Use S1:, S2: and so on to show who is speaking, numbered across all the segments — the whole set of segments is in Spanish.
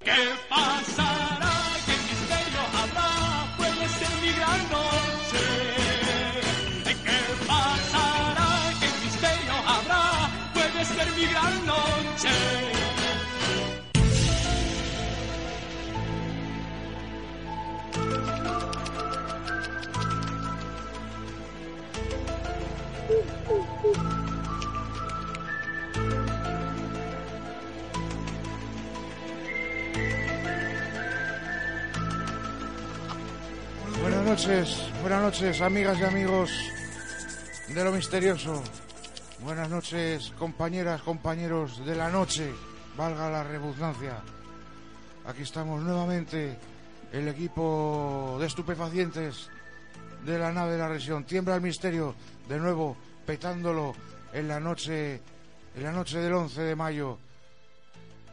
S1: ¿Qué pasará? ¿Qué misterio habrá? Puede ser mi gran noche. ¿Qué pasará? ¿Qué misterio habrá? Puede ser mi gran noche.
S2: Buenas noches, buenas noches, amigas y amigos de lo misterioso. Buenas noches, compañeras, compañeros de la noche, valga la redundancia. Aquí estamos nuevamente, el equipo de estupefacientes de la nave de la región. Tiembla el misterio, de nuevo, petándolo en la noche, en la noche del 11 de mayo.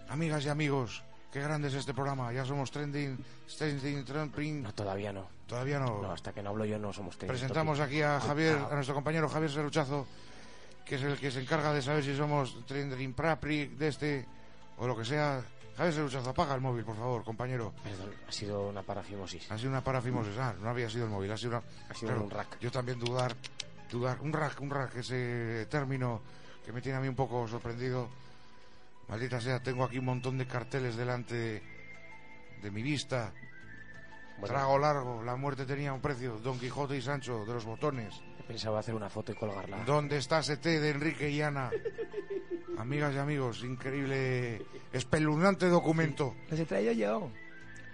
S2: Amigas y amigos, qué grande es este programa. Ya somos trending, trending, trending.
S3: No, todavía no.
S2: Todavía no.
S3: No, hasta que no hablo yo no somos trending
S2: Oh. Presentamos
S3: topic.
S2: aquí a Javier,
S3: Ah,
S2: a nuestro compañero Javier Serruchazo, que es el que se encarga de saber si somos trending Prapri de este o lo que sea. Javier Serruchazo, apaga el móvil, por favor, compañero.
S3: Perdón, ha sido una parafimosis.
S2: Ha sido una parafimosis. Ah, no había sido el móvil, ha sido una.
S3: Ha sido un rack.
S2: Yo también dudar, dudar. Un rack, un rack, ese término que me tiene a mí un poco sorprendido. Maldita sea, tengo aquí un montón de carteles delante de, de mi vista.
S3: Bueno,
S2: Trago largo, la muerte tenía un precio. Don Quijote y Sancho, de los botones.
S3: Pensaba hacer una foto y colgarla.
S2: ¿Dónde está ese té de Enrique y Ana? Amigas y amigos, increíble, espeluznante documento.
S4: Los he traído yo.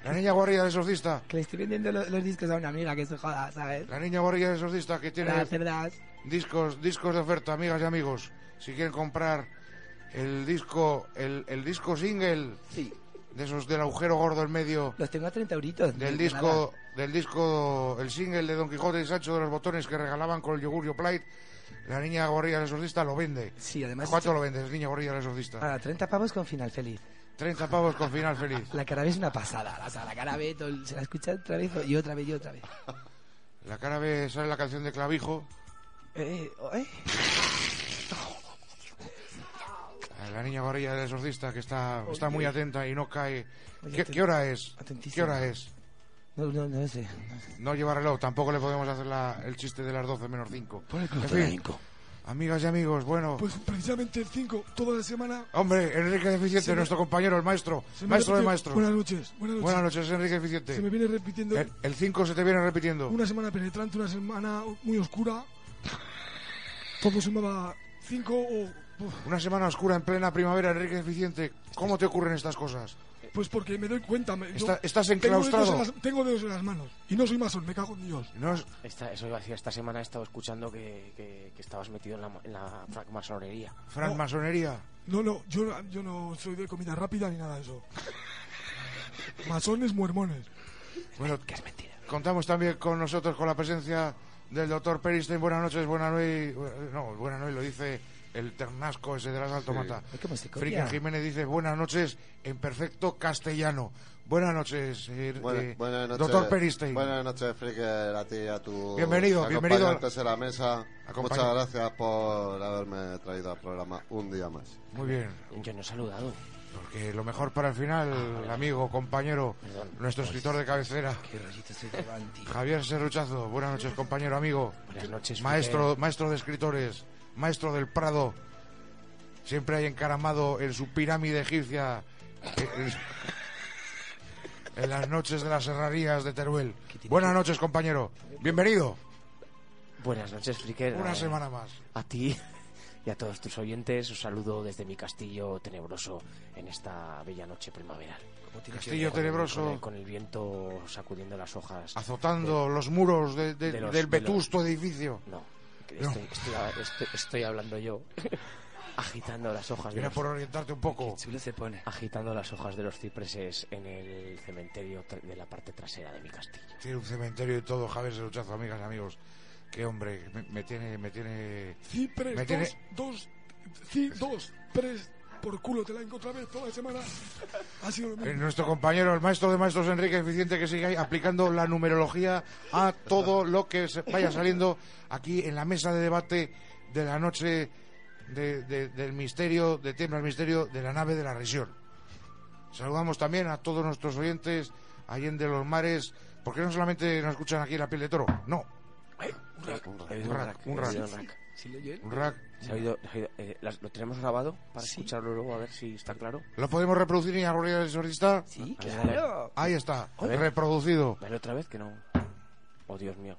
S2: La niña guarrilla del exorcista.
S4: Que le estoy vendiendo lo- los discos a una amiga que se joda, ¿sabes?
S2: La niña guarrilla del exorcista que tiene
S4: Para hacerlas.
S2: discos, discos de oferta, amigas y amigos. Si quieren comprar el disco, el, el disco single
S4: Sí.
S2: de esos del agujero gordo en medio
S4: Los tengo a 30 euritos.
S2: del
S4: no es
S2: disco, del disco, el single de Don Quijote y Sancho de los botones que regalaban con el yogurio Yoplait, la niña guarrilla del exorcista lo vende.
S4: nada. Sí, además. Ah,
S2: ¿Cuánto lo vendes, niña gorilla del exorcista?
S4: Ahora, 30 pavos con final feliz.
S2: 30 pavos con final feliz.
S4: La cara B es una pasada. O sea, la cara B todo el- se la escucha otra vez y otra vez y otra vez.
S2: La cara B sale la canción de Clavijo.
S4: Eh, oh, eh.
S2: a La niña gorilla del exorcista que está, está muy atenta y no cae.
S4: Oye,
S2: ¿Qué,
S4: te-
S2: qué hora es? ¿Qué
S4: Atentísima.
S2: hora es?
S4: No, no, no sé.
S2: No lleva reloj, tampoco le podemos hacer la- el chiste de las 12 menos 5. amigas y amigos, bueno.
S5: Pues precisamente el 5, toda la semana.
S2: Hombre, Enrique Deficiente,
S5: Se me-
S2: nuestro compañero, el maestro.
S5: se me
S2: Maestro de
S5: repite-
S2: maestro.
S5: Buenas noches, buenas noches.
S2: Buenas noches, Eh. Enrique
S5: Se me
S2: Deficiente.
S5: viene repitiendo
S2: El 5 se te viene repitiendo.
S5: una semana penetrante, una semana muy oscura. Todo sumaba 5 o.
S2: Una semana oscura en plena primavera, Enrique Deficiente. ¿Cómo te ocurren estas cosas?
S5: Pues porque me doy cuenta. me- yo
S2: Está- estás
S5: tengo dedos en
S2: enclaustrado.
S5: las- Tengo dedos en las manos. Y no soy masón, me cago en Dios.
S2: No es-
S3: Esta, eso iba a decir, esta semana he estado escuchando que, que- que estabas metido en la, en la francmasonería.
S2: Fran,
S5: No.
S2: masonería.
S5: No, no, yo, yo no soy de comida rápida ni nada de eso. Masones, muermones.
S2: Bueno,
S4: Que es mentira.
S2: Contamos también con nosotros con la presencia del doctor Peristein. Buenas noches, buenas noches. eh, No, buenas noches lo dice el ternasco ese de las altomatas.
S4: Ay, cómo se
S2: Friki
S4: copia.
S2: Jiménez dice buenas noches en perfecto castellano. Buenas noches, eh,
S6: Buena-
S2: eh,
S6: buenas noches,
S2: doctor Peristein.
S6: Buenas noches, Fricker, a ti y a tu
S2: Bienvenido, bienvenido.
S6: acompañantes en la mesa.
S2: Acompaña-
S6: Muchas gracias por haberme traído al programa un día más.
S2: Muy bien,
S3: Yo no he saludado.
S2: porque lo mejor para el final, amigo, compañero,
S3: Perdón.
S2: nuestro escritor de cabecera,
S4: Qué rollito se llevan, tío.
S2: Javier Serruchazo. Buenas noches, compañero, amigo.
S3: Buenas noches,
S2: Maestro, maestro de escritores, maestro del Prado. Siempre hay encaramado en su pirámide egipcia. En, en- en las noches de las herrerías de Teruel. Buenas noches, compañero. Bienvenido.
S3: Fricker. Buenas noches, Fricker.
S2: Una
S3: Eh,
S2: semana más.
S3: A ti y a todos tus oyentes os saludo desde mi castillo tenebroso en esta bella noche primaveral.
S2: Castillo
S3: Con el- Con
S2: tenebroso,
S3: el, con el viento sacudiendo las hojas.
S2: azotando los muros de- de-
S3: de los-
S2: del
S3: de los-
S2: vetusto edificio.
S3: No, que
S2: No.
S3: Estoy, estoy- estoy- estoy hablando yo. agitando las hojas de
S2: Era
S3: los,
S2: por orientarte un poco.
S4: Chulo se pone.
S3: agitando las hojas de los cipreses en el cementerio tra- de la parte trasera de mi castillo.
S2: Tiene un cementerio y todo, Javier Seruchazo, amigas, amigos. Qué hombre, me- me tiene, me tiene
S5: Cipres,
S2: Me
S5: dos,
S2: tiene-
S5: dos, ci, dos, tres, por culo te la encontré otra vez toda la semana. Ha sido lo
S2: Eh,
S5: mismo.
S2: Nuestro compañero, el maestro de maestros Enrique Eficiente, que sigue ahí aplicando la numerología a todo lo que se vaya saliendo aquí en la mesa de debate de la noche de- de- del misterio, de tiembla el misterio de la nave de la región. Saludamos también a todos nuestros oyentes Allende los Mares, porque no solamente nos escuchan aquí en la piel de toro, no, un rack, un rack,
S3: Sí,
S2: un
S3: sí,
S2: rack.
S3: sí.
S4: ¿Sí lo oyen?
S3: ¿Se ha oído- se ha oído- eh, las- ¿Lo tenemos grabado para
S4: Sí.
S3: escucharlo luego a ver si está claro?
S2: ¿Lo podemos reproducir en arboleda de exorcista?
S4: Sí,
S3: A ver,
S4: claro.
S2: Ahí está,
S3: A ver.
S2: reproducido.
S3: Dale otra vez que no. Oh, Dios mío.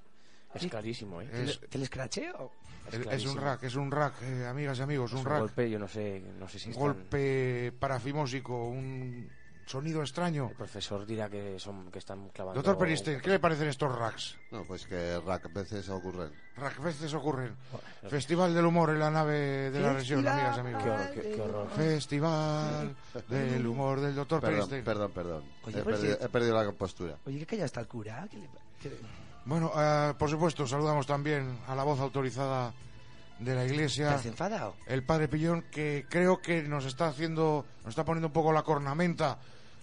S3: Es
S4: Sí.
S3: clarísimo, ¿eh?
S4: ¿Te lo-
S2: Es-
S4: ¿Te lo escracheo?
S3: Es
S2: El- es un
S3: clarísimo.
S2: rack, es un rack, eh, amigas y amigos,
S3: Es
S2: un rack.
S3: golpe, yo no sé, no sé si
S2: Un
S3: están-
S2: golpe parafimósico, un sonido extraño.
S3: El profesor dirá que son que están clavando.
S2: Doctor Peristel, ¿qué le parecen estos racks?
S6: No, pues que rack veces ocurren.
S2: Rack veces ocurren.
S3: Bueno,
S2: Festival del humor en la nave de la región, amigas
S4: Festival.
S2: y
S3: Qué,
S2: amigos.
S3: hor- qué- qué horror.
S2: Festival del humor del doctor
S6: Perdón,
S2: Peristel.
S6: perdón, perdón.
S4: Oye,
S6: he,
S4: pues
S6: perdido,
S4: sí.
S6: he perdido la compostura.
S4: Oye, que callado está el cura. ¿Qué le pa- qué le-
S2: Bueno, eh, por supuesto, saludamos también a la voz autorizada de la iglesia,
S4: ¿Estás enfadado?
S2: el padre Pillón, que creo que nos está haciendo, nos está poniendo un poco la cornamenta,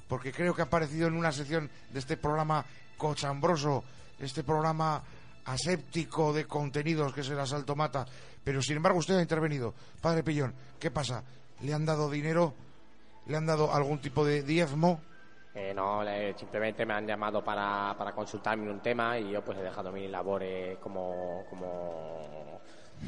S2: porque creo que ha aparecido en una sección de este programa cochambroso, este programa aséptico de contenidos que es el asalto mata. Pero sin embargo, usted ha intervenido. Padre Pillón, ¿qué pasa? ¿Le han dado dinero? ¿Le han dado algún tipo de diezmo?
S7: Eh, no, le- simplemente me han llamado para, para consultarme un tema y yo pues he dejado mis labores como, como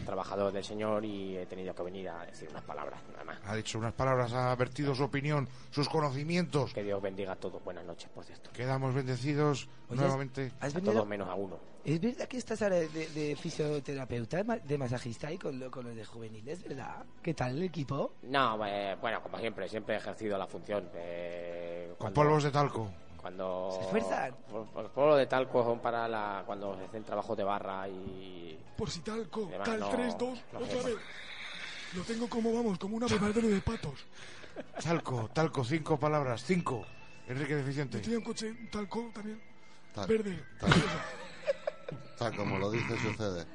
S7: trabajador del Señor y he tenido que venir a decir unas palabras, nada más.
S2: Ha dicho unas palabras, ha vertido su opinión, sus conocimientos.
S7: Que Dios bendiga a todos. Buenas noches, por cierto.
S2: Quedamos bendecidos
S4: Oye,
S2: nuevamente.
S4: ¿Has
S7: A todos
S4: venido?
S7: menos a uno.
S4: ¿Es verdad que estás ahora de, de fisioterapeuta, ma- de masajista y con, lo- con los de juveniles, verdad? ¿Qué tal el equipo?
S7: No, eh, bueno, como siempre, siempre he ejercido la función. eh,
S2: Con
S7: cuando-
S2: polvos de talco.
S7: Cuando...
S4: ¿Se esfuerzan?
S7: Por, por- por lo de talco son para la, cuando se hacen trabajos de barra y...
S5: Por si talco,
S7: Además,
S5: tal
S7: no-
S5: 3, 2,
S7: no
S5: otra
S7: sé.
S5: vez. Lo tengo como, vamos, como un abrevadero de patos.
S2: Talco, talco, cinco palabras, cinco. Enrique
S5: Yo
S2: Deficiente.
S5: tenía un coche talco también, Pues,
S6: Tal,
S5: verde.
S6: tal, tal como lo dice, sucede.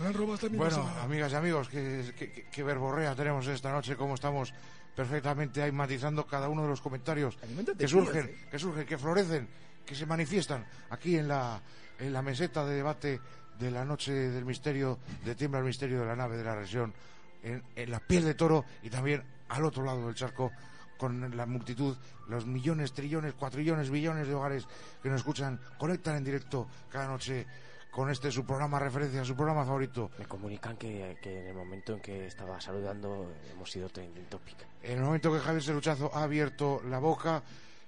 S5: Me han robado esta misma
S2: Bueno,
S5: semana.
S2: amigas y amigos, qué, qué- qué verborrea tenemos esta noche, cómo estamos perfectamente ahí matizando cada uno de los comentarios
S4: Aliméntate,
S2: que surgen,
S4: tío,
S2: que surgen, que florecen, que se manifiestan aquí en la, en la meseta de debate de la noche del misterio, de tiembla el misterio de la nave de la región, en, en la piel de toro y también al otro lado del charco con la multitud, los millones, trillones, cuatrillones, billones de hogares que nos escuchan, conectan en directo cada noche con este su programa referencia, su programa favorito,
S3: Me comunican que, que en el momento en que estaba saludando eh, hemos sido trending topic.
S2: En el momento que Javier Seruchazo ha abierto la boca,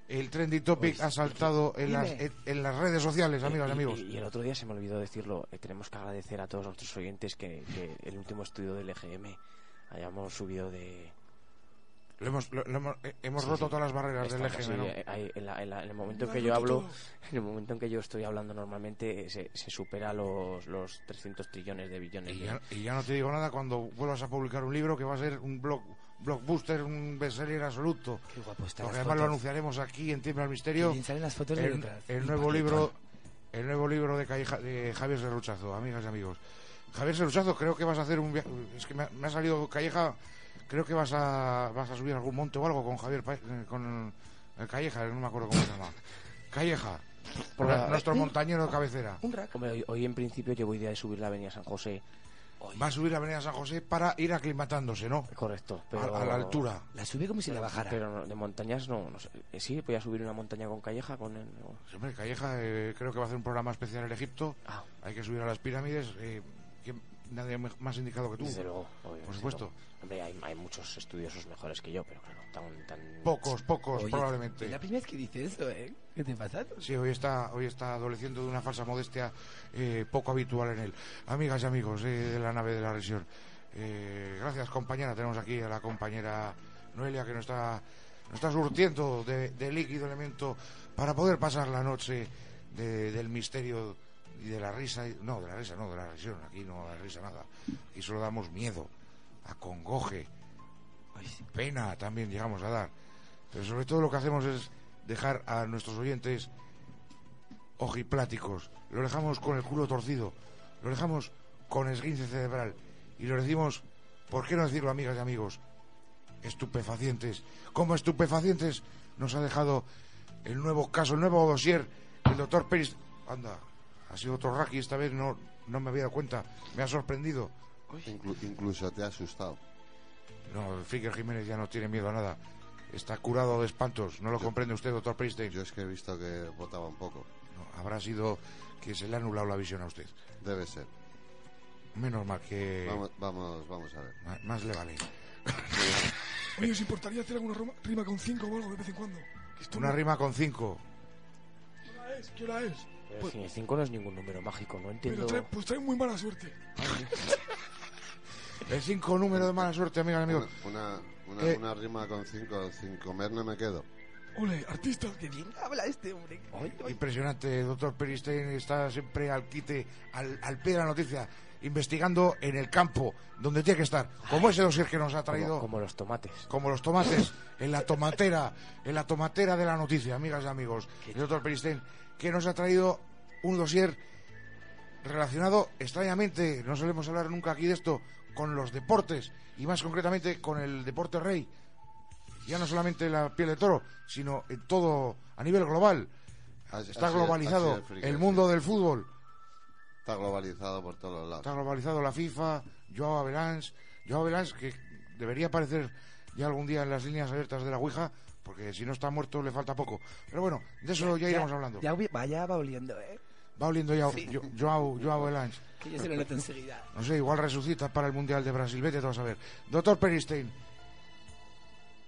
S2: el trending topic ha saltado en las,
S4: dime.
S2: en, en las redes sociales, amigas
S3: Pues,
S2: y
S3: Y-
S2: amigos.
S3: Y, y el otro día se me olvidó decirlo. eh, tenemos que agradecer a todos nuestros oyentes que, que el último estudio del EGM hayamos subido de.
S2: Lo hemos, lo- lo hemos- eh, hemos
S3: Sí,
S2: roto
S3: sí.
S2: todas las barreras del
S3: Estamos,
S2: eje,
S3: sí,
S2: ¿no?
S3: eh, ahí, en, la- en la- en el momento en
S5: Lo
S3: que
S5: has
S3: yo
S5: roto
S3: hablo,
S5: todo.
S3: en el momento en que yo estoy hablando normalmente, eh, se, se supera los, los 300 trillones de billones.
S2: Y
S3: de-
S2: ya, y ya no te digo nada cuando vuelvas a publicar un libro que va a ser un blog, blockbuster, un bestseller absoluto.
S4: Qué guapo está.
S2: Porque además lo anunciaremos aquí en Tiembla al Misterio.
S4: Bien salen las fotos de
S2: el,
S4: detrás.
S2: el
S4: Y
S2: nuevo
S4: Paquito.
S2: libro el nuevo libro de, Calle Ja- de Javier Serruchazo amigas y amigos Javier Serruchazo creo que vas a hacer un viaje es que me ha, me ha salido Calleja creo que vas a vas a subir a algún monte o algo con Javier Pa- eh, con el Calleja no me acuerdo cómo se llama Calleja
S3: Por
S2: na-
S3: la- ¿Eh?
S2: nuestro montañero de cabecera
S4: Un rack.
S3: Hombre, hoy, hoy en principio llevo idea de subir la avenida San José,
S2: va a subir la avenida San José para ir aclimatándose ¿no?
S3: correcto,
S2: A-
S3: pero
S2: a, la altura
S4: La sube como si la bajara.
S3: Pero no, de montañas no, no sé. Eh, Sí, voy a subir una montaña con calleja con el-
S2: Sí, hombre, Calleja eh, creo que va a hacer un programa especial en Egipto
S3: Ah,
S2: hay que subir a las pirámides eh, ¿quién- nadie me- más indicado que tú
S3: desde luego. obvio,
S2: por
S3: desde
S2: supuesto.
S3: luego. Hombre, hay, hay muchos estudiosos mejores que yo, pero claro, tan... tan...
S2: pocos pocos pues,
S4: Oye,
S2: probablemente
S4: Es la primera vez que dice eso, ¿eh? ¿Qué te pasa?
S2: Sí, hoy está, hoy está adoleciendo de una falsa modestia eh, poco habitual en él. Amigas y amigos eh, de la nave de la región, eh, gracias compañera. Tenemos aquí a la compañera Noelia que nos está, nos está surtiendo de, de líquido elemento para poder pasar la noche de- del misterio y de la risa. y- No, de la risa, no, de la región. Aquí no da risa nada. Aquí solo damos miedo, acongoje,
S4: Ay, sí.
S2: pena también llegamos a dar. Pero sobre todo lo que hacemos es dejar a nuestros oyentes ojipláticos. Lo dejamos con el culo torcido. Lo dejamos con esguince cerebral. Y lo decimos, ¿por qué no decirlo, amigas y amigos? Estupefacientes. Como estupefacientes nos ha dejado el nuevo caso, el nuevo dossier del doctor Peris. Anda, ha sido otro raki, esta vez no, no me había dado cuenta. Me ha sorprendido.
S6: Inclu- incluso te ha asustado.
S2: No, el Ficker Jiménez ya no tiene miedo a nada. Está curado de espantos. ¿No lo comprende usted, doctor Priestey?
S6: Yo es que he visto que votaba un poco.
S2: No, habrá sido que se le ha anulado la visión a usted.
S6: Debe ser.
S2: Menos mal que...
S6: Vamos, vamos, vamos a ver.
S2: ma- Más le vale.
S5: Oye, ¿os importaría hacer alguna roma- rima con cinco o algo de vez en cuando? Que esto
S2: Una
S5: no-
S2: rima con cinco.
S5: ¿Qué hora es? ¿Qué hora es?
S3: Pero
S5: Pues,
S3: si Eh, el 5 no es ningún número mágico, no
S5: pero
S3: entiendo.
S5: trae, pues trae muy mala suerte.
S2: El cinco número de mala suerte, amigas y amigos.
S6: Una, una,
S2: Eh.
S6: una rima con cinco, sin comer no me quedo.
S5: Ole, artista.
S4: Qué bien habla este hombre.
S2: Impresionante, doctor Peristein está siempre al quite, al, al pie de la noticia, investigando en el campo, donde tiene que estar, como ese dossier que nos ha traído,
S3: Como,
S2: como,
S3: como los tomates.
S2: los tomates, en la tomatera, en la tomatera de la noticia, amigas y amigos. El doctor Peristein, que nos ha traído un dossier relacionado extrañamente, no solemos hablar nunca aquí de esto, con los deportes, y más concretamente con el deporte rey. Ya no solamente la piel de toro, sino en todo, a nivel global.
S6: Ha- ha
S2: Está
S6: sido- ha
S2: globalizado
S6: sido friki,
S2: el
S6: sí.
S2: mundo del fútbol.
S6: Está globalizado por todos los
S2: Está
S6: lados.
S2: globalizado la FIFA, Joao Avalanche. Joao Avalanche, que debería aparecer ya algún día en las líneas abiertas de la Ouija, porque si no está muerto le falta poco. Pero bueno, de eso ya, pues, iremos hablando.
S4: Ya, hubi- vaya, va oliendo, ¿eh?
S2: Va oliendo ya
S4: Sí.
S2: Jo- Joao, Joao Avalanche.
S4: Que yo se lo noto enseguida.
S2: No sé, igual resucita para el Mundial de Brasil. Vete tú a saber. Doctor Peristein.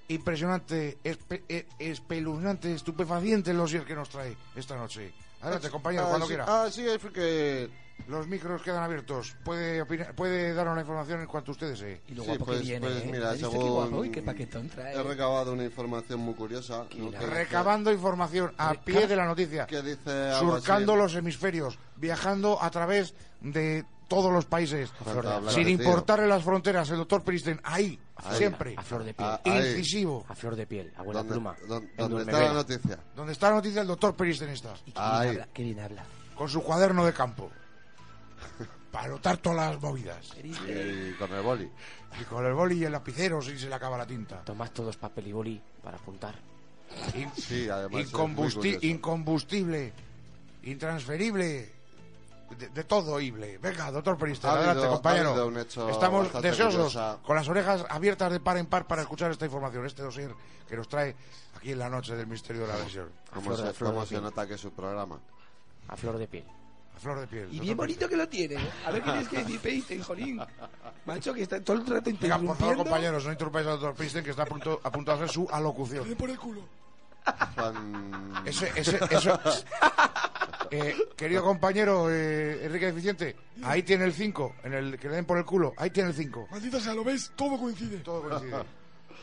S2: Impresionante, espe- e- espeluznante, estupefaciente el dossier que nos trae esta noche. Adelante, compañero,
S6: Ah,
S2: cuando
S6: sí-
S2: quiera.
S6: Ah, sí, es porque...
S2: Los micros quedan abiertos. Puede, opinar- puede darnos la información en cuanto usted desee.
S4: Y lo
S6: Sí,
S4: guapo
S6: pues-
S4: que viene,
S6: pues
S4: ¿eh?
S6: mira,
S4: ¿Has visto qué
S6: según-
S4: guapo y qué paquetón trae?
S6: He recabado una información muy curiosa. ¿no? Que dice-
S2: Recabando información a pie de la noticia,
S6: Que dice algo
S2: surcando
S6: así.
S2: los hemisferios, viajando a través de todos los países,
S6: Falta hablar,
S2: sin
S6: tío.
S2: importarle las fronteras. El doctor Peristen, ahí, siempre,
S3: A flor de piel.
S6: Ah, ahí.
S2: incisivo.
S3: A flor de piel. A buena
S6: ¿Dónde,
S3: pluma.
S6: dónde-
S3: en
S6: dónde está la
S3: Duermevela.
S6: noticia?
S2: Donde está la noticia, el doctor Peristen está,
S4: Y qué bien,
S6: Ay.
S4: habla, qué bien habla.
S2: con su cuaderno de campo, para anotar todas las movidas.
S6: Y con el boli.
S2: Y con el boli y el lapicero, si se le acaba la tinta.
S3: Tomad todos papel y boli para apuntar.
S2: Y-
S6: Sí, además. es
S2: Incombusti-
S6: muy curioso.
S2: incombustible, intransferible, de, de todo ible. Venga, doctor Perister,
S6: Ha habido-
S2: adelante,
S6: ha habido
S2: compañero.
S6: un hecho
S2: Estamos
S6: bastante
S2: deseosos,
S6: curiosa.
S2: con las orejas abiertas de par en par para escuchar esta información, este dossier que nos trae aquí en la noche del misterio de la versión.
S6: ¿Cómo
S3: Flor de-
S6: se,
S3: flor de
S6: cómo se
S3: piel.
S6: nota que es su programa?
S3: A flor de piel.
S2: A flor de piel.
S4: Y
S2: doctor
S4: bien bonito
S2: Perister.
S4: que lo tiene. ¿eh? A ver qué tienes que decir, Peyton, jolín. Macho, que está todo el rato
S2: Venga, por favor,
S4: interrumpiendo.
S2: compañeros, no interrumpáis al doctor Perister que está a punto, a punto de hacer su
S5: Le
S2: alocución.
S5: den por el culo.
S6: Juan-
S2: Ese, ese, eso. Eh, querido compañero eh, Enrique Deficiente, ahí tiene el 5, en el que le den por el culo, ahí tiene el 5.
S5: Maldita sea, lo ves, todo coincide.
S2: Todo coincide.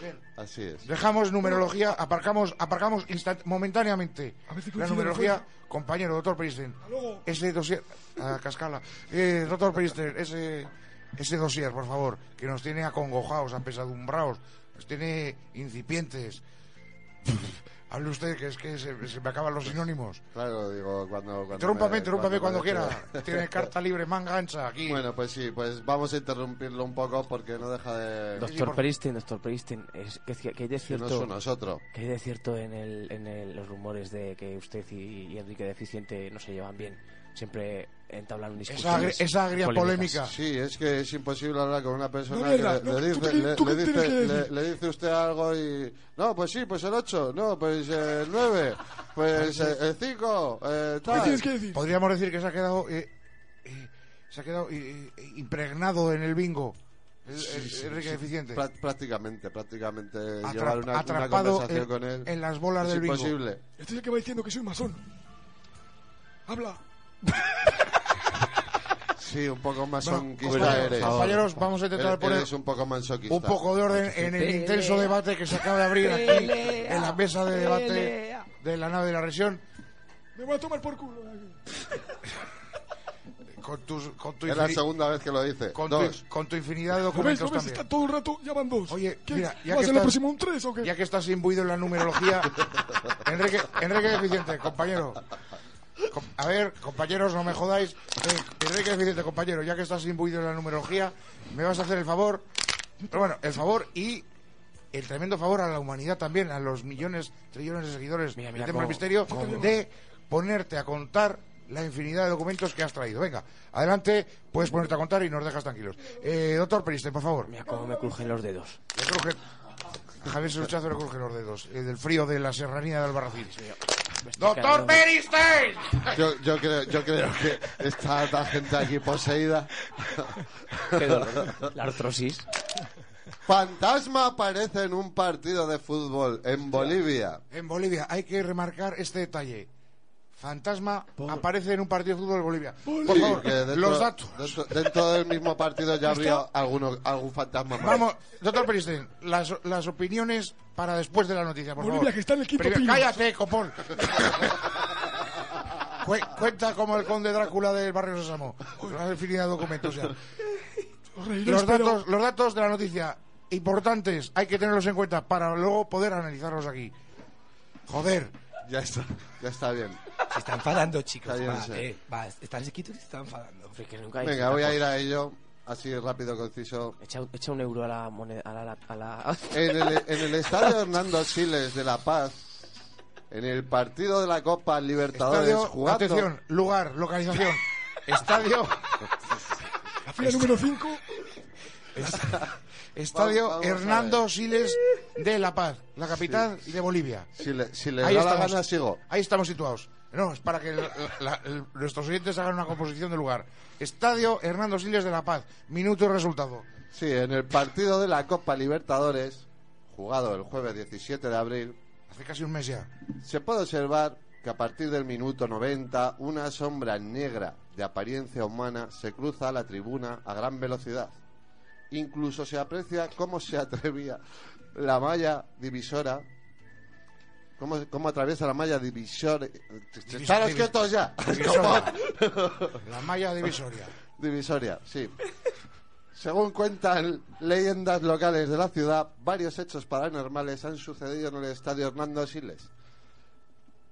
S2: Bien.
S6: Así es.
S2: Dejamos numerología, aparcamos, aparcamos instant- momentáneamente.
S5: A ver si
S2: La
S5: coincide
S2: numerología,
S5: la fuerza.
S2: compañero, doctor Priester.
S5: Hasta luego.
S2: Ese dossier. A cascala. Eh, doctor Priester, ese, ese dossier, por favor, que nos tiene acongojados, apesadumbrados, nos tiene incipientes. Hable usted, que es que se, se me acaban los sinónimos.
S6: Claro, digo, cuando. cuando
S2: Interrúmpame,
S6: me-
S2: interrúmpame cuando
S6: me-
S2: quiera. Tiene carta libre, manga ancha aquí.
S6: Bueno, pues sí, pues vamos a interrumpirlo un poco porque no deja de.
S2: sí,
S3: Doctor
S2: por-
S3: Pristen, doctor Pristen, es que, que- que hay de
S6: si no es
S3: cierto,
S6: uno, es otro.
S3: que hay de cierto en, el, en el- los rumores de que usted y, y Enrique Deficiente no se llevan bien. Siempre entablan
S2: Esa, agri-
S3: discusiones.
S7: pues
S2: esa agria
S3: polémicas.
S2: polémica.
S6: Sí, es que es imposible hablar con una persona
S5: No, mierda,
S6: que
S5: no,
S6: le,
S5: ¿tú
S6: dice,
S5: qué-
S6: le,
S5: tú qué
S6: le dice,
S5: tienes que
S6: le-
S5: decir?
S6: le dice usted algo y... No, pues sí, pues el 8, no, pues eh, el 9, pues eh, el 5, eh,
S5: ¿Qué
S6: tal.
S5: tienes que decir?
S2: Podríamos decir que se ha quedado eh, eh, se ha quedado eh, eh, impregnado en el bingo. El- el- Enrique Deficiente.
S6: Prá- prácticamente, prácticamente
S2: Atrap-
S6: llevar una, una
S2: atrapado
S6: conversación
S2: en,
S6: con él.
S2: en las bolas
S6: es
S2: del bingo.
S6: imposible.
S5: Este es el que va diciendo que soy masón. Habla.
S6: Sí, un poco más
S2: Bueno,
S6: conquista
S2: compañeros,
S6: eres.
S2: compañeros, vamos a intentar
S6: Eres-
S2: poner
S6: eres un poco mansoquista.
S2: un poco de orden en el
S4: Pelea.
S2: intenso debate que se acaba de abrir aquí
S4: Pelea.
S2: en la mesa de debate
S4: Pelea.
S2: de la nave de la región.
S5: Me voy a tomar por culo. de aquí.
S2: Con, tus, con, tu,
S6: Es la
S2: infini-
S6: segunda vez que lo dice.
S2: con,
S6: Dos.
S2: tu, con tu infinidad de
S5: ¿Lo ves?
S2: documentos
S5: ¿Lo ves?
S2: también.
S5: Está todo el rato, ya van dos.
S2: Oye,
S5: ¿Qué?
S2: mira, ya
S5: ¿Va
S2: que
S5: a ser la
S2: estás-
S5: próxima un tres o qué?
S2: Ya que estás imbuido en la numerología, Enrique, Enrique Deficiente, compañero. Com- A ver, compañeros, no me jodáis. Eh, Enrique Deficiente, compañero, ya que estás imbuido en la numerología, me vas a hacer el favor. Pero bueno, el favor y el tremendo favor a la humanidad también, a los millones, trillones de seguidores
S3: Mira,
S2: del
S3: mira
S2: Templo del
S3: cómo-
S2: Misterio,
S3: cómo-
S2: de ponerte a contar la infinidad de documentos que has traído. Venga, adelante, puedes ponerte a contar y nos dejas tranquilos. Eh, doctor Periste, por favor.
S3: Mira cómo me crujen los dedos.
S2: Le cruje. A Javier Suchazo le crujen los dedos. El del frío de la serranía de Albarracín.
S7: Me estoy
S2: ¡Doctor
S7: quedando-
S2: Peristein!
S6: Yo, yo, creo, yo creo que está la gente aquí poseída.
S7: Qué dolor. La artrosis.
S6: Fantasma aparece en un partido de fútbol en Bolivia.
S2: En Bolivia hay que remarcar este detalle. Fantasma aparece en un partido de fútbol de Bolivia. Por
S6: Sí,
S2: favor,
S6: que dentro-
S2: los datos.
S6: Dentro, dentro del mismo partido ya habría alguno, algún fantasma. más.
S2: Vamos, doctor Peristein, las, las opiniones para después de la noticia, por
S5: Bolivia,
S2: favor.
S5: que está en el quinto pino.
S2: Cállate, copón. Cue- cuenta como el conde Drácula del barrio Sésamo. Lo has definido en documentos ya.
S5: Os reiréis,
S2: Los
S5: pero-
S2: datos, los datos de la noticia, importantes, hay que tenerlos en cuenta para luego poder analizarlos aquí. Joder.
S6: Ya está, ya está bien.
S4: Se está enfadando, chicos.
S6: Está bien,
S4: va,
S6: sí.
S4: eh, va, están sequitos y se están enfadando.
S7: Hombre, que nunca he hecho
S6: Venga,
S7: esta
S6: voy a
S7: cosa.
S6: ir a ello. Así rápido, conciso.
S7: Echa, echa un euro a la moneda. A la, a la-
S6: En el, en el estadio Hernando Siles de La Paz, en el partido de la Copa Libertadores,
S2: Estadio,
S6: jugando.
S2: atención, lugar, localización. Estadio,
S5: La fila número 5.
S2: estadio
S6: Vamos, vamos a
S2: Hernando Siles de La Paz, la capital de Bolivia.
S6: Si le, si le
S2: Ahí
S6: da la
S2: estamos.
S6: gana, sigo.
S2: Ahí estamos situados. No, es para que la- la- el- nuestros oyentes hagan una composición de lugar. Estadio Hernando Siles de La Paz, minuto y resultado.
S6: Sí, en el partido de la Copa Libertadores, jugado el jueves 17 de abril,
S2: Hace casi un mes ya.
S6: se puede observar que a partir del minuto 90 una sombra negra de apariencia humana se cruza la tribuna a gran velocidad. Incluso se aprecia cómo se atrevía la malla divisora. ¿Cómo, cómo atraviesa la malla divisora? ¡Estaros
S2: divi-
S6: quietos ya!
S2: Divisoria. La malla divisoria.
S6: Divisoria, sí. Según cuentan leyendas locales de la ciudad, varios hechos paranormales han sucedido en el estadio Hernando Siles,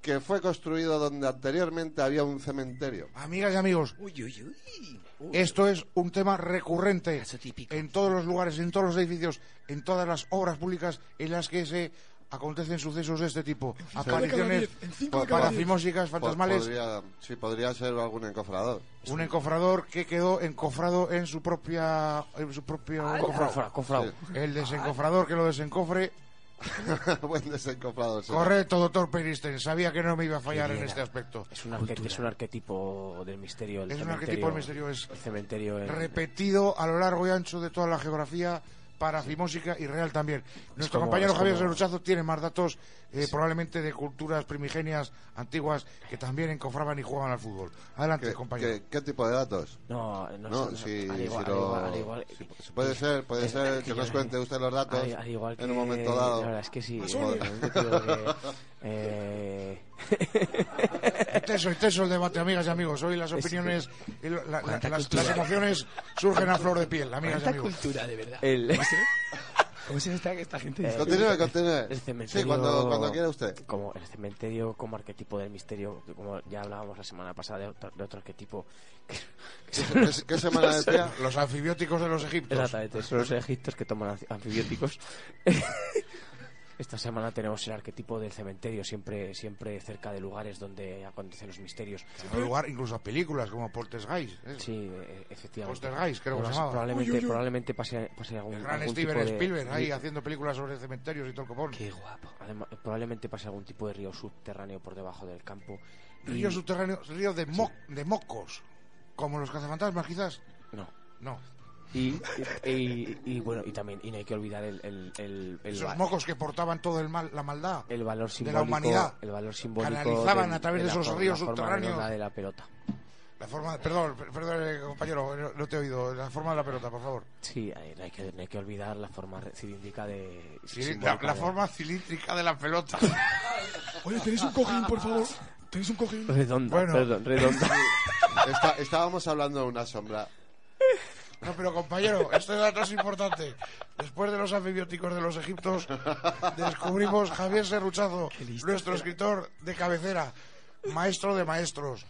S6: que fue construido donde anteriormente había un cementerio.
S2: Amigas y amigos,
S4: Uy, uy, uy. Uy,
S2: esto es un tema recurrente
S4: Caso típico.
S2: en todos los lugares, en todos los edificios, en todas las obras públicas en las que se acontecen sucesos de este tipo.
S5: cada
S2: Apariciones
S5: diez, en cinco de cada diez.
S2: parafimósicas,
S6: Po-
S2: fantasmales,
S6: Pues podría- sí, podría ser algún encofrador.
S2: un encofrador que quedó encofrado en su propia... En su propio cofrado.
S7: Confra, confra.
S6: Sí.
S2: El desencofrador que lo desencofre.
S6: Buen desencofrador. sí.
S2: Correcto, doctor Peristen. Sabía que no me iba a fallar en este aspecto.
S7: Es, un arque- es un arquetipo del misterio. el
S2: Es un
S7: cementerio-
S2: arquetipo del misterio, es
S7: El cementerio. en-
S2: repetido a lo largo y ancho de toda la geografía parafimósica y real también. Nuestro
S7: como-
S2: compañero
S7: es
S2: Javier
S7: como-
S2: Serruchazo tiene más datos, eh, probablemente de culturas primigenias antiguas que también encofraban y jugaban al fútbol. Adelante,
S6: ¿Qué,
S2: compañero.
S6: qué, qué tipo de datos?
S7: No, no,
S6: No,
S7: no,
S6: si-
S7: al
S6: si
S7: igual,
S6: lo-
S7: al igual, al igual.
S6: si- si puede ser, puede
S7: Es-
S6: ser
S7: es
S6: que
S7: yo
S6: nos
S7: no-
S6: cuente usted los datos
S7: al- al igual que,
S6: en un momento dado. Pues
S7: La verdad es que sí.
S5: Más
S7: eh,
S5: uno.
S7: también te digo que, eh,
S2: Intenso, intenso el debate, amigas y amigos. Hoy las opiniones, y lo- la- la-
S7: Cuánta
S2: las,
S7: cultura.
S2: las emociones surgen a flor de piel, amigas y
S4: Tanta
S2: amigos. Eh,
S4: cultura, de verdad.
S7: el,
S4: ¿Cómo se nota que esta gente
S7: Eh,
S6: Continúe, continúe.
S7: el cementerio.
S6: Sí, cuando, cuando quiera usted.
S7: Como el cementerio como arquetipo del misterio, como ya hablábamos la semana pasada de otro, de otro arquetipo. que- que
S6: ¿Qué,
S7: son
S6: qué-
S7: los-
S6: qué semana decía?
S2: Los anfibióticos de los egipcios.
S7: Exactamente, son los egipcios que toman anfi- antibióticos. Esta semana tenemos el arquetipo del cementerio, siempre, siempre cerca de lugares donde acontecen los misterios.
S2: En lugar incluso a películas como Poltergeist. ¿eh?
S7: Sí, eh, efectivamente.
S2: Poltergeist, creo que
S7: Pues
S2: se llamaba.
S7: Probablemente,
S5: Uy, uy, uy.
S7: probablemente pase, pase algún,
S2: El gran
S7: algún
S2: Steven
S7: tipo de-
S2: Spielberg ahí
S7: ri-
S2: haciendo películas sobre cementerios y todo el copón.
S4: Qué guapo.
S7: además, probablemente pase algún tipo de río subterráneo por debajo del campo. y-
S2: Ríos subterráneos, ríos de, mo- de mocos. Como los cazafantasmas, quizás.
S7: No.
S2: No.
S7: Y, y, y- y bueno, y también y no hay que olvidar el, el, el, el,
S2: Esos
S7: va-
S2: mocos que portaban todo el mal, la maldad.
S7: el valor
S2: de
S7: simbólico.
S2: la humanidad.
S7: El valor simbólico.
S2: Canalizaban a través de
S7: la
S2: esos
S7: for- la
S2: ríos
S7: forma
S2: subterráneos.
S7: redonda de la pelota.
S2: La forma. Perdón, per- perdón, eh, compañero, no- no te he oído. La forma de la pelota, por favor.
S7: Sí, eh, no hay que, no hay que olvidar la forma re- cilíndrica de.
S2: Sí,
S7: simbólica
S2: la, la
S7: de-
S2: forma cilíndrica de la pelota.
S5: Oye, tenéis un cojín, por favor. Tenéis un cojín.
S7: Redonda,
S2: Bueno.
S7: perdón, redonda.
S6: Está- estábamos hablando de una sombra.
S2: No, pero compañero, este dato es importante. Después de los antibióticos de los egiptos, descubrimos Javier Serruchazo, nuestro escritor de cabecera, maestro de maestros,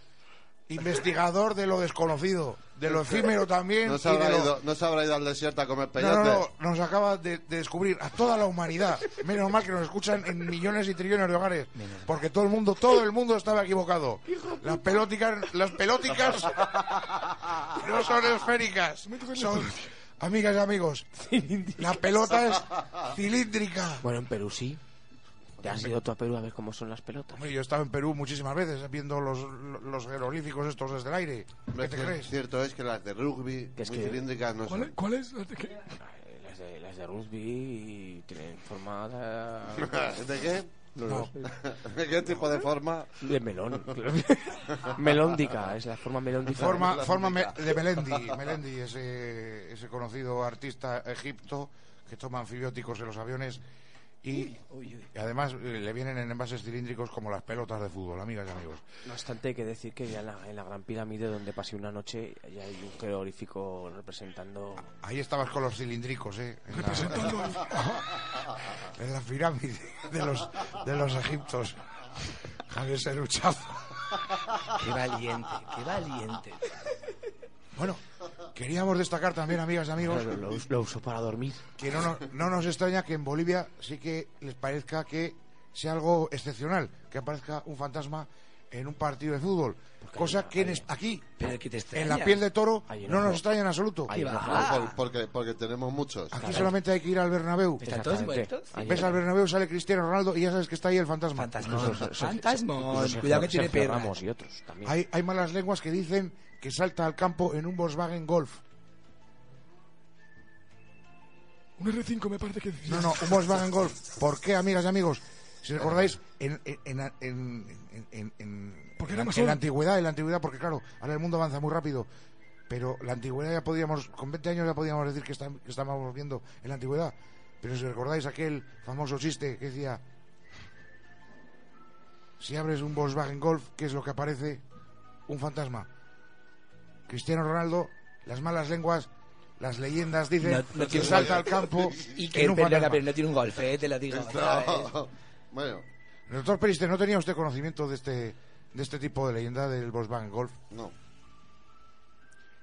S2: investigador de lo desconocido, de lo efímero también.
S6: No se,
S2: y de
S6: habrá
S2: lo-
S6: ido, no se habrá ido al desierto a comer
S2: No, no,
S6: peyote.
S2: no, nos acaba de, de descubrir a toda la humanidad. Menos mal que nos escuchan en millones y trillones de hogares. Porque todo el mundo, todo el mundo estaba equivocado. Las pelóticas, las pelóticas no son esféricas. Son Amigas y amigos, la pelota es cilíndrica.
S3: Bueno, en Perú sí. ¿Te has ido tú a Perú a ver cómo son las pelotas?
S2: Hombre, yo he estado en Perú muchísimas veces viendo los, los jeroglíficos estos desde el aire. ¿Qué
S6: Hombre,
S2: te
S6: cier-
S2: crees?
S6: Cierto es que las de rugby,
S3: Que es
S6: muy
S3: que-
S6: cilíndricas, no
S5: ¿Cuál es?
S6: son.
S5: ¿Cuál es? ¿Qué?
S3: Eh, Las de, las de rugby y tienen formada
S6: ¿De qué? ¿De qué tipo de forma?
S3: de melón. claro. melóndica, es la forma melóndica.
S2: Forma, forma me- de Melendi, Melendi ese, ese conocido artista egipto que toma anfibióticos en los aviones y, y además eh, le vienen en envases cilíndricos como las pelotas de fútbol, amigas y amigos.
S3: No obstante, hay que decir que ya en la, en la Gran Pirámide, donde pasé una noche, ya hay un jeroglífico representando...
S2: Ahí estabas con los cilíndricos, ¿eh? En la,
S5: Representando al-
S2: en la pirámide de los, de los egiptos. Javier Seruchazo.
S4: Qué valiente, qué valiente.
S2: Bueno, queríamos destacar también, amigas y amigos,
S3: Claro, lo, us- lo uso para dormir.
S2: que no nos, no nos extraña que en Bolivia sí que les parezca que sea algo excepcional, que aparezca un fantasma en un partido de fútbol. cosa
S3: hay-
S2: que en
S3: hay-
S2: es- aquí,
S4: Pero que te extraña.
S2: en la piel de toro,
S3: Hay un
S2: no nos
S3: ojo.
S2: extraña en absoluto.
S3: Hay
S4: va.
S3: una-
S4: Ah.
S6: Por- porque, porque tenemos muchos.
S7: Ah,
S2: Aquí solamente hay que ir al Bernabéu.
S4: ¿Están todos
S3: Exactamente.
S4: muertos?
S3: Hay-
S2: Ves al Bernabéu, sale Cristiano Ronaldo y ya sabes que está ahí el fantasma.
S4: Fantasmón.
S3: Sergio-
S4: Fantasmón.
S3: Sergio-
S4: Cuidado que tiene
S3: Sergio
S4: perra.
S3: Ramos y otros también.
S2: Hay, hay malas lenguas que dicen que salta al campo en un Volkswagen Golf.
S5: Un R5 me parece que decía.
S2: No, no, un Volkswagen Golf. ¿Por qué, amigas y amigos? Si recordáis, en, en, en, en- en- en-
S5: Porque
S2: en
S5: era
S2: la-
S5: más
S2: en la
S5: joven.
S2: antigüedad, en la antigüedad, porque claro, ahora el mundo avanza muy rápido. Pero la antigüedad ya podíamos, con 20 años ya podíamos decir que, está- que estábamos viendo en la antigüedad. Pero si recordáis aquel famoso chiste que decía, si abres un Volkswagen Golf, ¿qué es lo que aparece? Un fantasma. Cristiano Ronaldo, las malas lenguas, las leyendas dicen
S4: No- no
S2: que
S4: tiene
S2: salta
S4: un-
S2: al campo
S4: Y que
S2: en
S4: el
S2: un
S4: perdona,
S2: fantasma.
S4: pero no tiene un golfe, eh, te lo digo. ¿sabes?
S7: eh.
S6: No. Bueno,
S2: Doctor Periste, ¿no tenía usted conocimiento de este, de este tipo de leyenda del Volkswagen Golf?
S6: no.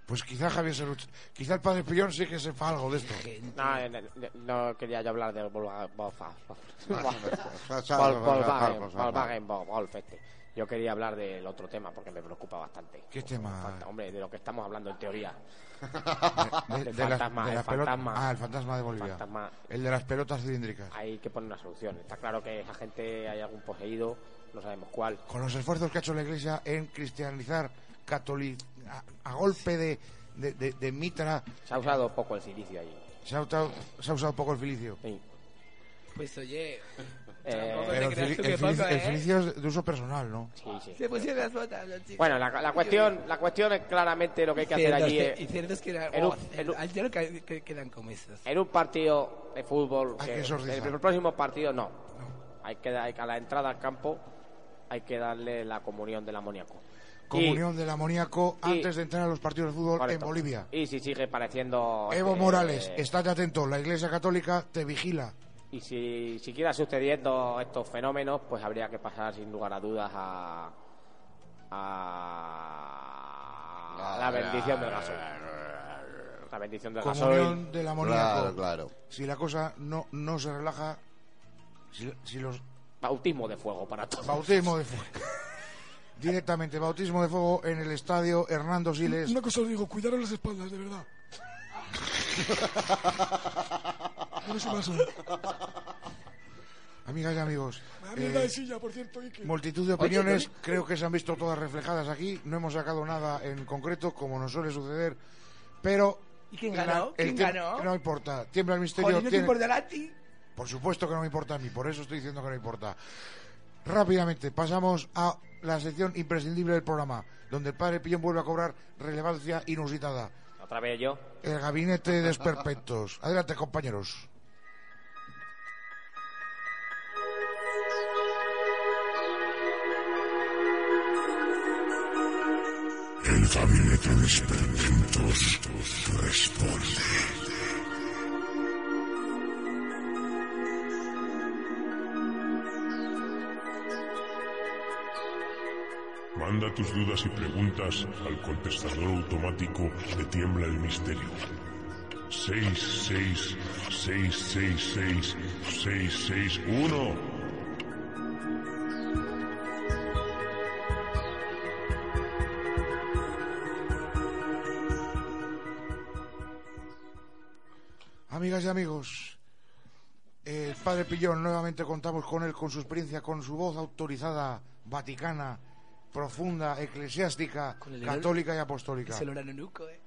S2: Pues quizá Javier Serruch, quizá el padre Pillón sí que sepa algo de esto.
S4: Gente.
S7: No, eh, eh, no quería yo hablar del Volga- Volga-
S4: Ah,
S7: Vol- Volkswagen, Volkswagen, Vol- Golf este. Yo quería hablar del otro tema porque me preocupa bastante.
S2: ¿Qué tema?
S7: Fanta- hombre, de lo que estamos hablando en teoría.
S2: De-
S7: El
S2: de
S7: fantasma, el
S2: las pelot-
S7: fantasma.
S2: Ah, el fantasma de Bolivia.
S7: Fantasma.
S2: El de las pelotas cilíndricas.
S7: Hay que poner una solución. Está claro que esa gente hay algún poseído, no sabemos cuál.
S2: Con los esfuerzos que ha hecho la Iglesia en cristianizar, catolic, a, a golpe de, de, de- de mitra,
S7: Se ha usado poco el silicio ahí.
S2: se ha, usado, se ha usado poco el filicio.
S7: Sí.
S4: Pues oye,
S7: Eh,
S4: te
S2: Pero el,
S4: creas
S2: fili-
S4: tú que
S2: el filicio-
S4: poco,
S2: el
S4: ¿eh?
S2: filicio es de uso personal, ¿no?
S7: sí, sí.
S4: se pusieron las botas los chicos.
S7: Bueno, la, la cuestión, la cuestión es claramente lo que hay que hacer
S4: Ciertos
S7: allí.
S4: que-
S7: eh,
S4: Y ciertos que eran.
S7: en un-
S4: oh,
S7: en un-
S4: ayer que- que quedan como esos.
S7: En un partido de fútbol,
S2: Hay
S7: que-
S2: que exorcizar.
S7: el, el próximo partido no. Hay que dar- a la entrada al campo hay que darle la comunión del amoníaco.
S2: Comunión del amoníaco
S7: y-
S2: antes de entrar a los partidos de fútbol en
S7: Correcto.
S2: Bolivia.
S7: Y si sigue pareciendo.
S2: Evo
S7: eh,
S2: Morales,
S7: eh,
S2: estate atento, la Iglesia Católica te vigila.
S7: Y si siguiera sucediendo estos fenómenos, pues habría que pasar sin lugar a dudas a. a. la bendición del gasol. La bendición del gasol.
S2: Comunión del amoníaco.
S6: Claro, claro.
S2: Si la cosa no, no se relaja, si, si los
S7: Bautismo de fuego para todos.
S2: bautismo de fuego. Directamente, bautismo de fuego en el estadio Hernando Siles.
S5: Una cosa os digo, cuidaros las espaldas, de verdad. No ¿eh? se pasen.
S2: Amigas y amigos,
S5: Me da
S2: eh,
S5: mierda de silla, por cierto, Ike.
S2: multitud de opiniones creo que se han visto todas reflejadas aquí. No hemos sacado nada en concreto, como nos suele suceder, pero...
S4: ¿Y quién
S2: la-
S4: ganó?
S2: el
S4: ¿Quién
S2: tem-
S4: ganó?
S2: No importa. Tiembla el misterio.
S4: Joder, ¿no te
S2: tiene-
S4: importará a ti?
S2: Por supuesto que no me importa a mí, por eso estoy diciendo que no importa. Rápidamente, pasamos a la sección imprescindible del programa, donde el padre Pillón vuelve a cobrar relevancia inusitada.
S7: Otra vez yo.
S2: El gabinete de desperfectos. Adelante, compañeros.
S8: El gabinete de experimentos responde. Manda tus dudas y preguntas al contestador automático de Tiembla el Misterio. 666666661.
S2: Amigas y amigos, el Padre Pillón, nuevamente contamos con él, con su experiencia, con su voz autorizada, vaticana, profunda, eclesiástica,
S4: Con el olor-
S2: católica y apostólica.
S4: Es el oranunuco, ¿eh?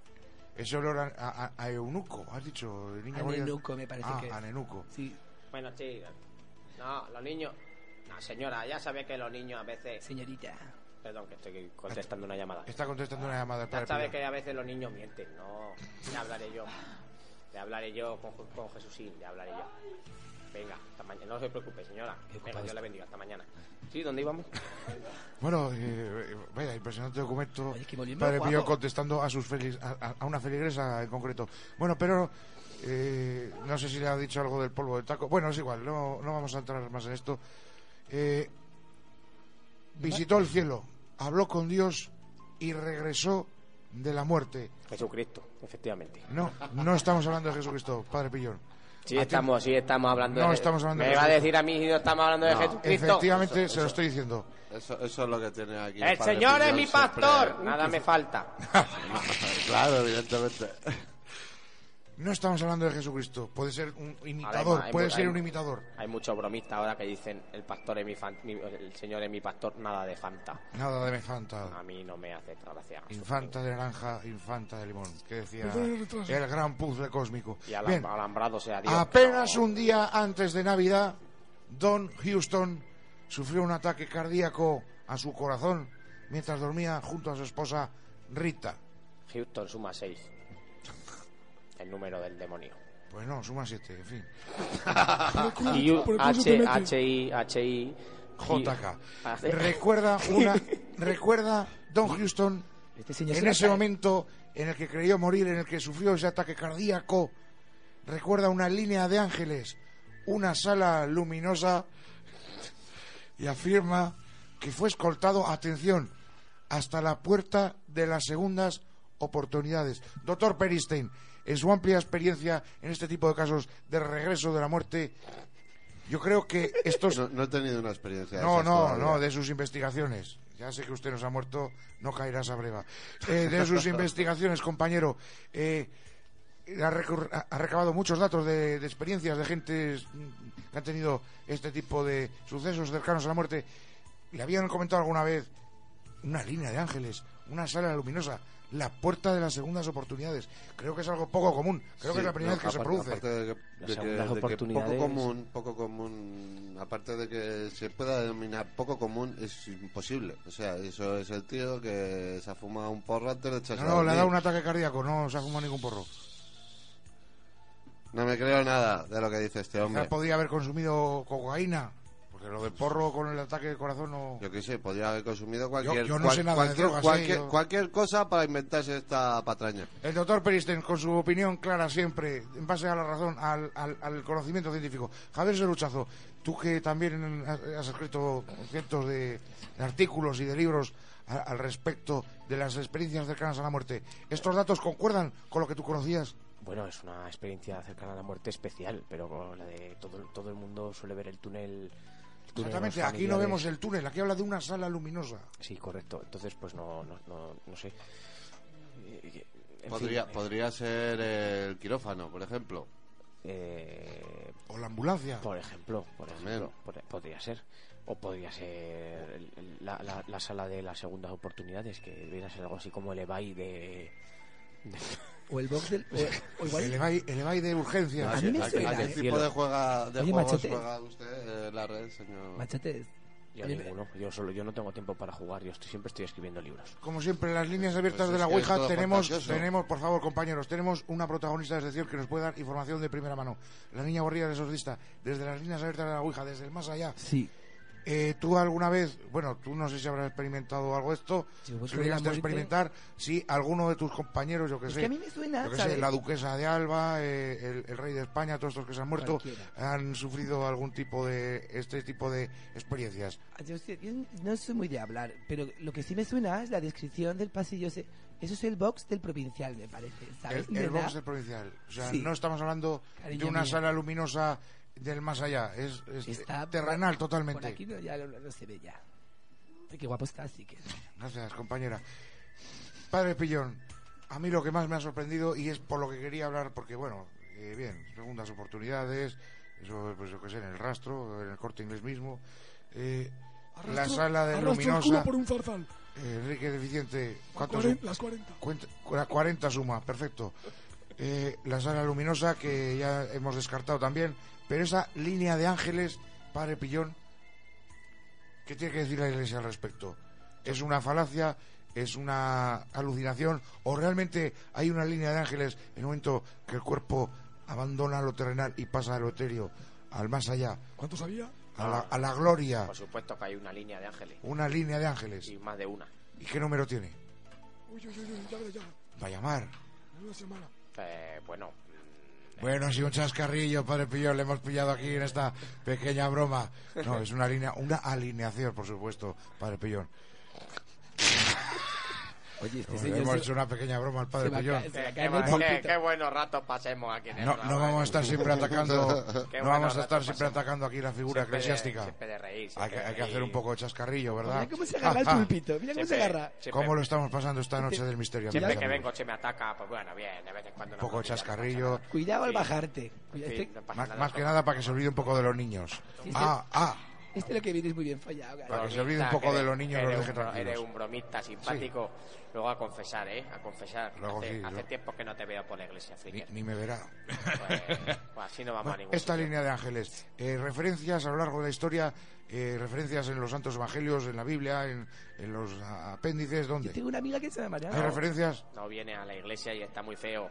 S2: Ese olor a, a- a eunuco, has dicho, niña
S4: A
S2: Gorilla?
S4: nenuco, me parece
S2: Ah,
S4: que es.
S2: a nenuco.
S4: Sí,
S7: Bueno, chicos. No, los niños. No, señora, ya sabe que los niños a veces.
S4: señorita.
S7: Perdón, que estoy contestando una llamada.
S2: Está contestando una llamada del
S7: Ya
S2: Padre
S7: sabes
S2: Pillón.
S7: que a veces los niños mienten, no. Ya hablaré yo. Ya hablaré yo con, Ju- con Jesucín, ya hablaré yo. Venga, hasta mañana. No se preocupe, señora. Venga, Dios la bendiga, hasta mañana. ¿Sí? ¿Dónde íbamos?
S2: Bueno, eh, vaya, impresionante documento.
S4: Oye, es que volviendo
S2: Padre
S4: guapo.
S2: Pío contestando a, sus feliz- a, a- a una feligresa en concreto. Bueno, pero eh, no sé si le ha dicho algo del polvo del taco. Bueno, es igual, no, no vamos a entrar más en esto. Eh, visitó el cielo, habló con Dios y regresó de la muerte.
S7: Jesucristo, efectivamente.
S2: No, no estamos hablando de Jesucristo, Padre Pillón.
S7: Sí, estamos, sí, estamos hablando
S2: No
S7: de.
S2: estamos hablando
S7: ¿Me
S2: de
S7: va a
S2: Jesús.
S7: decir a mí si no estamos hablando de
S6: No,
S7: Jesucristo?
S2: Efectivamente,
S6: Eso-
S2: se lo
S6: eso.
S2: estoy diciendo.
S6: Eso, eso es lo que tiene aquí.
S7: El
S6: padre
S7: Señor es
S6: Pillón,
S7: mi
S6: siempre-
S7: pastor, nada me falta.
S6: claro, evidentemente.
S2: No estamos hablando de Jesucristo. Puede ser un imitador,
S7: Además, hay
S2: puede
S7: mu-
S2: ser
S7: hay-
S2: un imitador.
S7: Hay muchos bromistas ahora que dicen el pastor es mi, fan- mi- el Señor es mi pastor, nada de fanta.
S2: Nada de mefanta.
S7: A mí Ah, no me hace gracia.
S2: Infanta de naranja, infanta de limón, que decía
S5: Perdón el retraso.
S2: el gran puzzle cósmico.
S7: Y alam-
S2: Bien,
S7: alambrado sea Dios.
S2: apenas
S7: pero-
S2: un día antes de Navidad, Don Houston sufrió un ataque cardíaco a su corazón mientras dormía junto a su esposa Rita.
S7: Houston suma 6. El número del demonio.
S2: Pues no, suma siete, en fin.
S7: Y
S5: Ah, Por el culo se te
S7: Ah, H,
S5: mete.
S7: H, I, H, I.
S2: JK.
S7: Hace-
S2: Recuerda una, recuerda Don Houston
S4: Este señor se
S2: en
S4: la
S2: ese
S4: sabe.
S2: momento en el que creyó morir, en el que sufrió ese ataque cardíaco, recuerda una línea de ángeles, una sala luminosa y afirma que fue escoltado, atención, hasta la puerta de las segundas oportunidades. Doctor Peristein, en su amplia experiencia en este tipo de casos de regreso de la muerte, yo creo que estos...
S6: No, no he tenido una experiencia. de
S2: No,
S6: esas
S2: no,
S6: todavía.
S2: no, de sus investigaciones. Ya sé que usted nos ha muerto, no caerás a breva. Eh, de sus investigaciones, compañero. eh, ha, recor- ha- ha recabado muchos datos de, de experiencias de gente que han tenido este tipo de sucesos cercanos a la muerte. Le habían comentado alguna vez una línea de ángeles, una sala luminosa, la puerta de las segundas oportunidades. Creo que es algo poco común. Creo que
S6: Sí,
S2: es la primera
S6: no,
S2: vez que se
S6: aparte-
S2: produce.
S6: aparte de que-
S3: Las
S6: de que-
S3: segundas
S6: de que
S3: oportunidades.
S6: poco común, poco común. Aparte de que se pueda denominar poco común, es imposible. O sea, eso es el tío que se ha fumado un porro antes de echarse
S2: No,
S6: a
S2: no, le ha dado un
S6: dormir.
S2: ataque cardíaco, no se ha fumado ningún porro.
S6: No me creo nada de lo que dice este
S2: Quizás
S6: hombre.
S2: podía haber consumido cocaína, porque lo de porro con el ataque del corazón no.
S6: Yo qué sé, podría haber consumido cualquier,
S2: yo no
S6: cual-
S2: sé nada de
S6: cualquier,
S2: drogas,
S6: cualquier,
S2: eh, yo-
S6: cualquier cosa para inventarse esta patraña.
S2: El doctor Peristen, con su opinión clara siempre, en base a la razón, al, al- al conocimiento científico. Javier Seruchazo, tú que también has- has escrito cientos de, de artículos y de libros a- al respecto de las experiencias cercanas a la muerte, ¿estos datos concuerdan con lo que tú conocías?
S3: Bueno, es una experiencia cercana a la muerte especial, pero con la de todo, todo el mundo suele ver el túnel. el túnel de los
S2: Exactamente, aquí no
S3: familiares.
S2: vemos el túnel, aquí habla de una sala luminosa.
S3: Sí, correcto. Entonces, pues no, no, no, no sé. Eh, en
S6: Podría,
S3: fin,
S6: podría ser el quirófano, por ejemplo.
S3: eh,
S2: O la ambulancia.
S3: Por ejemplo, por
S6: También.
S3: ejemplo pod- podría ser. O podría ser el- el- la, la- la sala de las segundas oportunidades, que viene a ser algo así como el EBAI de...
S4: O el box del. O, o
S2: El
S4: igual.
S2: EBAI, el EBAI de urgencia.
S4: A mí me
S6: ¿A qué, a
S4: suena,
S6: qué
S4: eh.
S6: tipo de, juega, de
S4: Oye,
S6: juegos
S4: machote.
S6: juega usted eh, la red, señor?
S4: Machete.
S3: Yo,
S4: Oye,
S3: ninguno. yo solo yo no tengo tiempo para jugar, yo estoy, siempre estoy escribiendo libros.
S2: Como siempre, en las líneas abiertas
S6: Pues
S2: de
S6: es
S2: la
S6: que es
S2: Ouija
S6: todo
S2: tenemos,
S6: fantasioso.
S2: tenemos, por favor, compañeros, tenemos una protagonista de excepción que nos puede dar información de primera mano. La niña gorrilla de Sordista, desde las líneas abiertas de la Ouija, desde el más allá.
S4: Sí.
S2: Eh, tú alguna vez, bueno, tú no sé si habrás experimentado algo de esto,
S4: Yo busco
S2: si lo llegaste
S4: la
S2: a
S4: muerte.
S2: experimentar, si alguno de tus compañeros, yo que
S4: Es
S2: sé.
S4: que a mí me suena,
S2: yo que
S4: ¿sabes?
S2: sé, la duquesa de Alba, eh, el, el rey de España, todos estos que se han muerto,
S4: Cualquiera.
S2: han sufrido algún tipo de, este tipo de experiencias.
S4: Yo, sé- yo no soy muy de hablar, pero lo que sí me suena es la descripción del pasillo. ese. Eso es el box del provincial, me parece.
S2: El,
S4: ¿sabes?
S2: el
S4: nena?
S2: box del provincial. O sea,
S4: Sí.
S2: no estamos hablando de
S4: Cariño
S2: una
S4: mío.
S2: sala luminosa del más allá. Es, es
S4: Está
S2: terrenal
S4: por-
S2: totalmente.
S4: Por aquí no, ya no, no se ve ya. Ay, Qué guapo está, así que.
S2: Gracias, compañera. Padre Pillón, a mí lo que más me ha sorprendido y es por lo que quería hablar, porque bueno, eh, bien, segundas oportunidades, eso, pues yo qué sé, en el rastro, en el corte inglés mismo. eh, la
S5: Arrastro-
S2: sala de
S5: arrastro el
S2: luminosa,
S5: culo por un zarzal.
S2: eh, Enrique Deficiente, ¿cuántos
S5: Cuaren- Las 40.
S2: Cuenta, cua- 40 suma, perfecto. Eh, la sala luminosa que ya hemos descartado también, pero esa línea de ángeles, padre Pillón, ¿qué tiene que decir la iglesia al respecto? ¿Es una falacia? ¿Es una alucinación? ¿O realmente hay una línea de ángeles en el momento que el cuerpo abandona lo terrenal y pasa al etéreo, al más allá,
S5: ¿Cuántos había?
S2: a la, a la gloria?
S7: Por supuesto que hay una línea de ángeles.
S2: Una línea de ángeles.
S7: Y más de una.
S2: ¿Y qué número tiene?
S5: Uy, uy, uy, uy, ya, ya.
S2: Va a llamar.
S5: Una semana.
S7: Eh, bueno,
S2: Bueno, ha sido un chascarrillo, padre Pillón, le hemos pillado aquí en esta pequeña broma. No, es una línea, una alineación, por supuesto, padre Pillón.
S4: Oye, este
S2: Le
S4: señor
S2: hemos
S4: se-
S2: hecho una pequeña broma al padre
S4: se va a
S2: Pillón.
S4: caer, se va
S7: eh,
S4: a
S7: qué,
S4: caer del
S7: va- qué-
S4: púlpito.
S7: qué buenos ratos pasemos aquí. en el
S2: No,
S7: programa,
S2: no vamos a estar
S7: ¿eh?
S2: siempre atacando,
S7: Qué
S2: no vamos
S7: bueno,
S2: a estar
S7: rato
S2: siempre
S7: pasamos.
S2: atacando aquí la figura
S7: Siempre de-
S2: eclesiástica.
S7: siempre de reír,
S2: Hay
S7: siempre
S2: que, hay
S7: de
S2: que hacer
S7: reír.
S2: un poco de chascarrillo, ¿verdad?
S4: Mira cómo se
S2: Ja,
S4: agarra el
S2: ja.
S4: pulpito. Mira cómo se
S7: Siempre-
S4: agarra.
S7: siempre-
S2: ¿Cómo lo estamos pasando esta noche del misterio? amigos
S7: Siempre
S2: y
S7: que
S2: amigos?
S7: vengo, se me ataca, pues bueno, bien, de vez en cuando.
S2: Un
S7: una
S2: poco de
S7: cosita, no pasa
S2: chascarrillo,
S7: nada.
S4: Cuidado al
S7: Sí,
S4: bajarte. Cuidado,
S7: sí,
S4: este,
S7: no pasa
S2: más,
S7: nada,
S2: más que
S7: todo.
S2: nada para que se olvide un poco de los niños.
S4: Sí, sí.
S2: Ah, ah,
S4: este lo que viene es muy bien fallado.
S2: Para
S4: cara.
S2: que se olvide un
S7: Bromista,
S2: poco
S7: que
S2: de
S7: eres-
S2: los niños, los
S7: eres
S2: deje
S7: un bro- Eres
S2: tranquilos.
S7: un bromista simpático. Luego a confesar, ¿eh? A confesar.
S2: Luego
S7: hace
S2: sí,
S7: hace
S2: luego-
S7: tiempo que no te veo por la iglesia,
S2: Ni,
S7: Flicker.
S2: ni me verá.
S7: Pues, pues así no vamos a ningún
S2: Esta
S7: sitio.
S2: línea de ángeles, eh, referencias a lo largo de la historia, eh, referencias en los santos evangelios, en la Biblia, en, en los a- apéndices, ¿dónde?
S4: Tengo una amiga que se llama
S7: Ah,
S2: ¿Hay
S4: Mariana.
S2: referencias?
S7: No viene a la iglesia y está muy feo.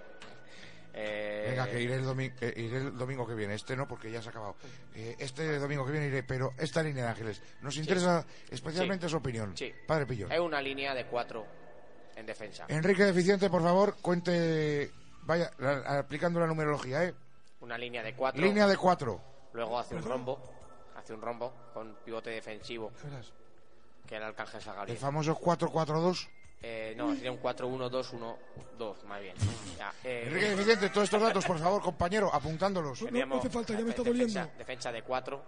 S7: Eh,
S2: Venga, que iré el, domi- eh, iré el domingo que viene. Este no, porque ya se ha acabado. Eh, este domingo que viene iré, pero esta línea de ángeles. Nos interesa especialmente
S7: Sí.
S2: su opinión.
S7: Sí.
S2: Padre Pillón.
S7: Es una línea de cuatro en defensa.
S2: Enrique Deficiente, por favor, cuente. Vaya, la- aplicando la numerología, ¿eh?
S7: Una línea de cuatro.
S2: Línea de cuatro.
S7: Luego hace un rombo. Hace un rombo con pivote defensivo,
S5: Verás.
S7: que era el Arcángel
S2: El
S7: Sagariel.
S2: famoso 442.
S7: Eh, no, sería un 4-1-2-1-2, más bien. Ya, eh,
S2: Enrique Deficiente, todos estos datos, por favor, compañero, apuntándolos.
S5: No, no, no hace falta, ya me está
S7: defensa,
S5: doliendo.
S7: defensa de 4.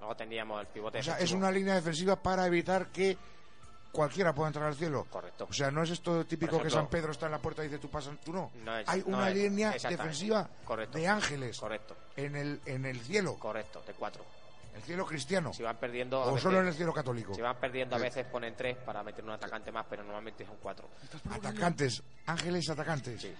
S7: Luego tendríamos el pivote
S2: O sea, es
S7: defensivo.
S2: una línea defensiva para evitar que cualquiera pueda entrar al cielo.
S7: Correcto.
S2: O sea, no es esto típico
S7: Por
S2: que
S7: ejemplo,
S2: San Pedro está en la puerta y dice tú pasas, tú no.
S7: No es-
S2: Hay
S7: no
S2: una
S7: es-
S2: línea
S7: exactamente.
S2: defensiva
S7: Correcto.
S2: de ángeles
S7: Correcto,
S2: en el en el cielo,
S7: correcto, de 4.
S2: el cielo cristiano
S7: Si van perdiendo. a
S2: o
S7: veces-
S2: solo en el cielo católico.
S7: Si van perdiendo, a veces ponen 3 para meter un atacante más, pero normalmente es un 4.
S2: Atacantes, ángeles atacantes.
S7: Sí.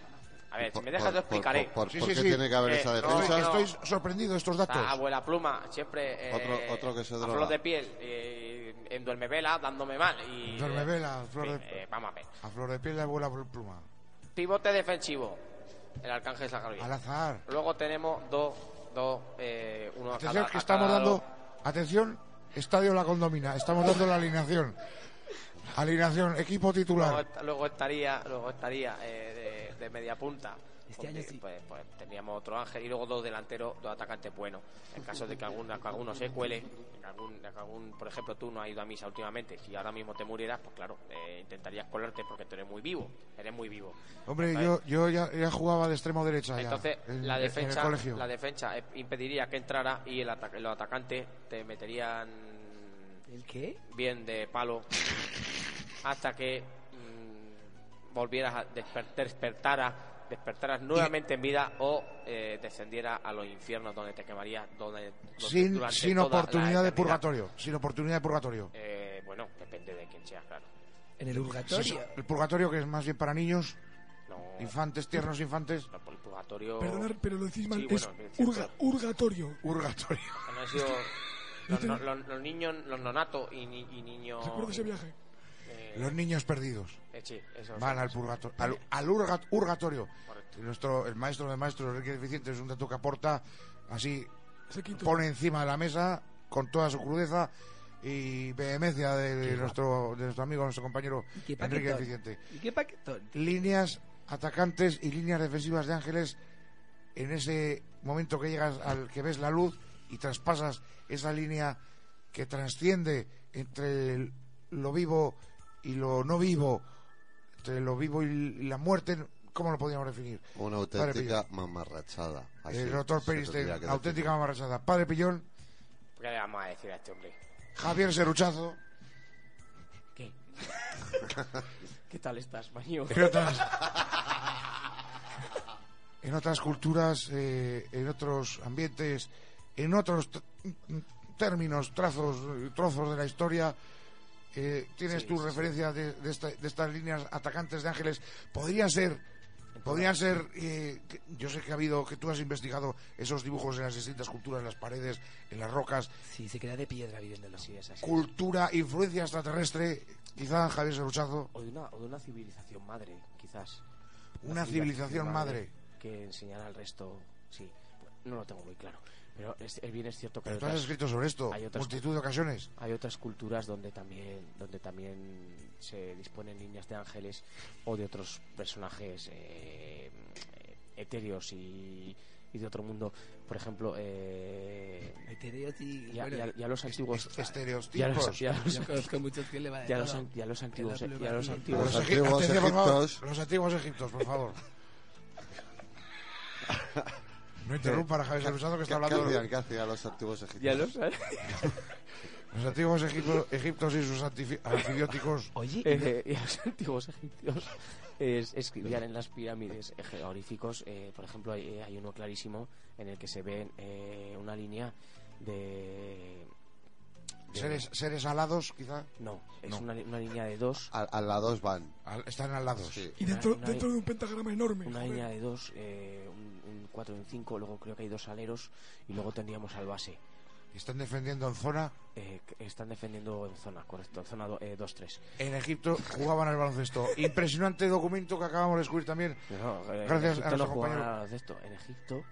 S7: A ver, si
S6: Por-
S7: me dejas, te
S6: por-
S7: explicaré.
S6: por- por-
S2: Sí,
S6: ¿Por
S2: sí,
S6: qué
S2: sí.
S6: tiene que haber
S7: Eh,
S6: esa
S7: no,
S6: defensa?
S7: no,
S2: Estoy sorprendido de estos datos.
S7: Está Ah, abuela pluma, siempre. eh,
S6: Otro- otro que se
S7: a
S6: droga.
S7: flor de piel, eh, en duermevela, dándome mal. Y,
S2: Duermevela,
S7: eh,
S2: flor
S7: en fin,
S2: de-
S7: eh, vamos a ver.
S2: A flor de piel la abuela pluma.
S7: Pivote defensivo, el arcángel Sagariel.
S2: Al azar.
S7: Luego tenemos dos, dos, eh, uno a
S2: Atención
S7: cada-
S2: Este que
S7: a
S2: estamos
S7: cada
S2: dando.
S7: lado.
S2: Atención, Estadio La Condomina. Estamos dando la alineación. Alineación, equipo
S7: Luego,
S2: titular.
S7: est- luego estaría, luego estaría eh, de, de media punta.
S4: Este año sí.
S7: Pues, pues teníamos otro ángel y luego dos delanteros, dos atacantes buenos. En caso de que alguno, que alguno se cuele, que algún, que algún, por ejemplo, tú no has ido a misa últimamente, si ahora mismo te murieras, pues claro, eh, intentarías colarte porque tú eres muy vivo, eres muy vivo.
S2: Hombre,
S7: Entonces-
S2: yo, yo ya, ya jugaba de extremo derecha. Ah, ya,
S7: Entonces,
S2: en-
S7: la
S2: en el
S7: defensa,
S2: colegio.
S7: la defensa eh, impediría que entrara y el ata- los atacantes te meterían
S4: ¿El qué?
S7: bien de palo hasta que mm, volvieras a desper- despertaras despertaras nuevamente en vida o eh, descendiera a los infiernos donde te quemarías donde, donde
S2: sin
S7: durante
S2: sin
S7: toda la
S2: oportunidad de
S7: eternidad.
S2: purgatorio. Sin oportunidad de purgatorio.
S7: Eh, bueno depende de quién seas claro
S4: En el
S2: Sí,
S4: purgatorio.
S2: El purgatorio que es más bien para niños,
S7: no,
S2: infantes, tiernos infantes.
S7: no, por el purgatorio
S5: Perdonad, pero lo decís mal.
S7: Sí,
S5: es
S7: bueno, es
S5: urga-
S7: cierto.
S5: urgatorio.
S2: Purgatorio.
S7: han sido los, no- los- los niños los nonatos y, ni- y niños
S5: Recuerdo ese viaje.
S7: eh,
S2: Los niños perdidos
S7: eh, sí, esos
S2: van
S7: son.
S2: al purgatorio. Al, al urga- urgatorio.
S7: Correcto.
S2: Nuestro, el maestro de maestros, Enrique Deficiente, es un dato que aporta así,
S5: Ese quinto.
S2: pone encima de la mesa con toda su crudeza y vehemencia de, de nuestro, de nuestro amigo, nuestro compañero
S4: ¿Y qué
S2: Enrique
S4: paquetón?
S2: Deficiente.
S4: ¿Y qué paquetón?
S2: líneas atacantes y líneas defensivas de Ángeles en ese momento que llegas al que ves la luz y traspasas esa línea que trasciende entre el- lo vivo y lo no vivo, entre lo vivo y la muerte, ¿cómo lo podríamos definir?
S6: Una auténtica mamarrachada. Así
S2: Eh, el doctor
S6: se
S2: Peris,
S6: tendría que
S2: de
S6: decir.
S2: auténtica mamarrachada. Padre Pillón,
S7: ¿Qué le vamos a decir a este hombre?
S2: Javier Seruchazo.
S3: ¿Qué? ¿Qué tal estás, Maño?
S2: ¿Qué tal? en otras culturas, eh, en otros ambientes, en otros t- términos, trazos, eh, trozos de la historia. eh, tienes tus referencias de, de esta- de estas líneas atacantes de ángeles. Podría ser, podrían ser. eh, que- yo sé que ha habido, que tú has investigado esos dibujos en las distintas culturas, en las paredes, en las rocas.
S4: Sí, se crea de piedra viéndolo.
S7: Sí, es así.
S2: Cultura, influencia extraterrestre, quizá Javier Serruchazo,
S7: O de, una, o de una civilización madre, quizás.
S2: una civilización madre.
S7: Que enseñara al resto, sí. No lo tengo muy claro. Pero es, es bien es cierto que hay
S2: Pero tú has
S7: otras,
S2: escrito sobre esto,
S7: hay otras-
S2: multitud de ocasiones.
S7: hay otras culturas donde también, donde también se disponen líneas de ángeles o de otros personajes eh, etéreos y, y de otro mundo. Por ejemplo, eh,
S4: Meteoros y.
S7: ya,
S4: bueno,
S7: ya- ya los antiguos... Ya los,
S2: Estereotipos.
S7: ya los-
S4: yo conozco muchos que le va de
S7: ya
S4: todo.
S7: los an- ya los antiguos, eh,
S4: pluma
S7: ya los
S4: y-
S7: antiguos
S6: Los
S2: Los, egip-
S6: antiguos
S2: atención, por favor.
S6: egiptos.
S2: Los antiguos egiptos, por favor. No interrumpan a Javier Serruchazo que
S6: ¿Qué,
S2: está hablando.
S6: hacían,
S2: de
S6: qué hacían los antiguos egipcios?
S7: Ya los
S2: Los antiguos egipto- egiptos y sus antifi- antibióticos.
S4: Oye,
S7: eh, y los antiguos egipcios eh, es- escribían en las pirámides eh, jeroglíficos. eh, por ejemplo, hay, eh, hay uno clarísimo en el que se ve eh, una línea de. de-
S2: Seres, seres alados, quizá.
S7: No, es
S2: No. Ah.
S7: Una, li- una línea de dos.
S6: A, a la dos van.
S2: Al- están alados.
S6: Sí.
S5: Y dentro,
S7: Una- una-
S5: dentro de un pentagrama enorme.
S7: Una
S5: joder.
S7: línea de dos, eh, un, un cuatro y un cinco. Luego creo que hay dos aleros. Y luego tendríamos al base.
S2: Están defendiendo en zona.
S7: eh, que están defendiendo en zona, correcto, en zona eh, 2-3.
S2: En Egipto jugaban al baloncesto. Impresionante documento que acabamos de descubrir también. Gracias a
S7: Eh, Egipto
S2: nuestro
S7: no jugaban
S2: compañero.
S7: al baloncesto. En Egipto,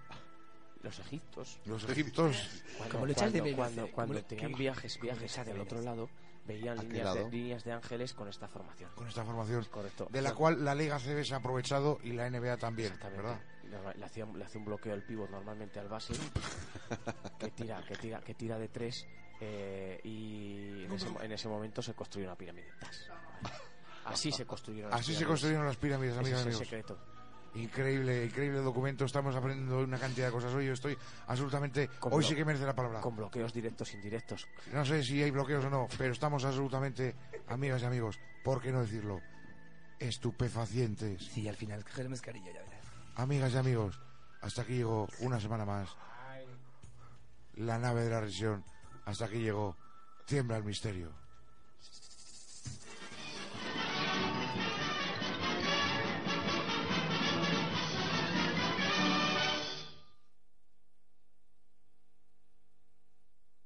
S7: los egiptos
S2: Los egiptos.
S7: Cuando,
S4: Como lo echas de
S7: cuando-
S4: menos,
S7: cuando-
S4: eh,
S7: cuando
S4: como lo-
S7: tenían
S4: que-
S7: viajes,
S4: como lo
S7: viajes
S4: echas de
S7: hacia el otro
S4: menos.
S7: lado, veían
S6: ¿A qué
S7: líneas de,
S6: lado?
S7: líneas de ángeles con esta formación.
S2: Con esta formación.
S7: Correcto.
S2: De la cual la Liga CB se ha aprovechado y la NBA también,
S7: Exactamente.
S2: ¿verdad?
S7: Norma- Le hacía, un- le hacía un bloqueo al pívot normalmente al base que tira, que tira, que tira de tres eh, y en ese, mo- en ese momento se construyó una pirámide. Tas. Así se construyeron. las
S2: Así se
S7: pirámides.
S2: construyeron las pirámides,
S7: Ese
S2: amigos
S7: es el
S2: amigos.
S7: secreto.
S2: Increíble, increíble documento. Estamos aprendiendo una cantidad de cosas. Hoy yo estoy absolutamente.
S7: Con
S2: Hoy
S7: blo-
S2: sí que merece la palabra.
S7: Con bloqueos directos, indirectos.
S2: No sé si hay bloqueos o no, pero estamos absolutamente, amigas y amigos, ¿por qué no decirlo? Estupefacientes.
S4: Sí, al final, Germes Carillo, ya verás.
S2: Amigas y amigos, hasta aquí llegó una semana más. La nave de la risión. Hasta aquí llegó. Tiembla el misterio.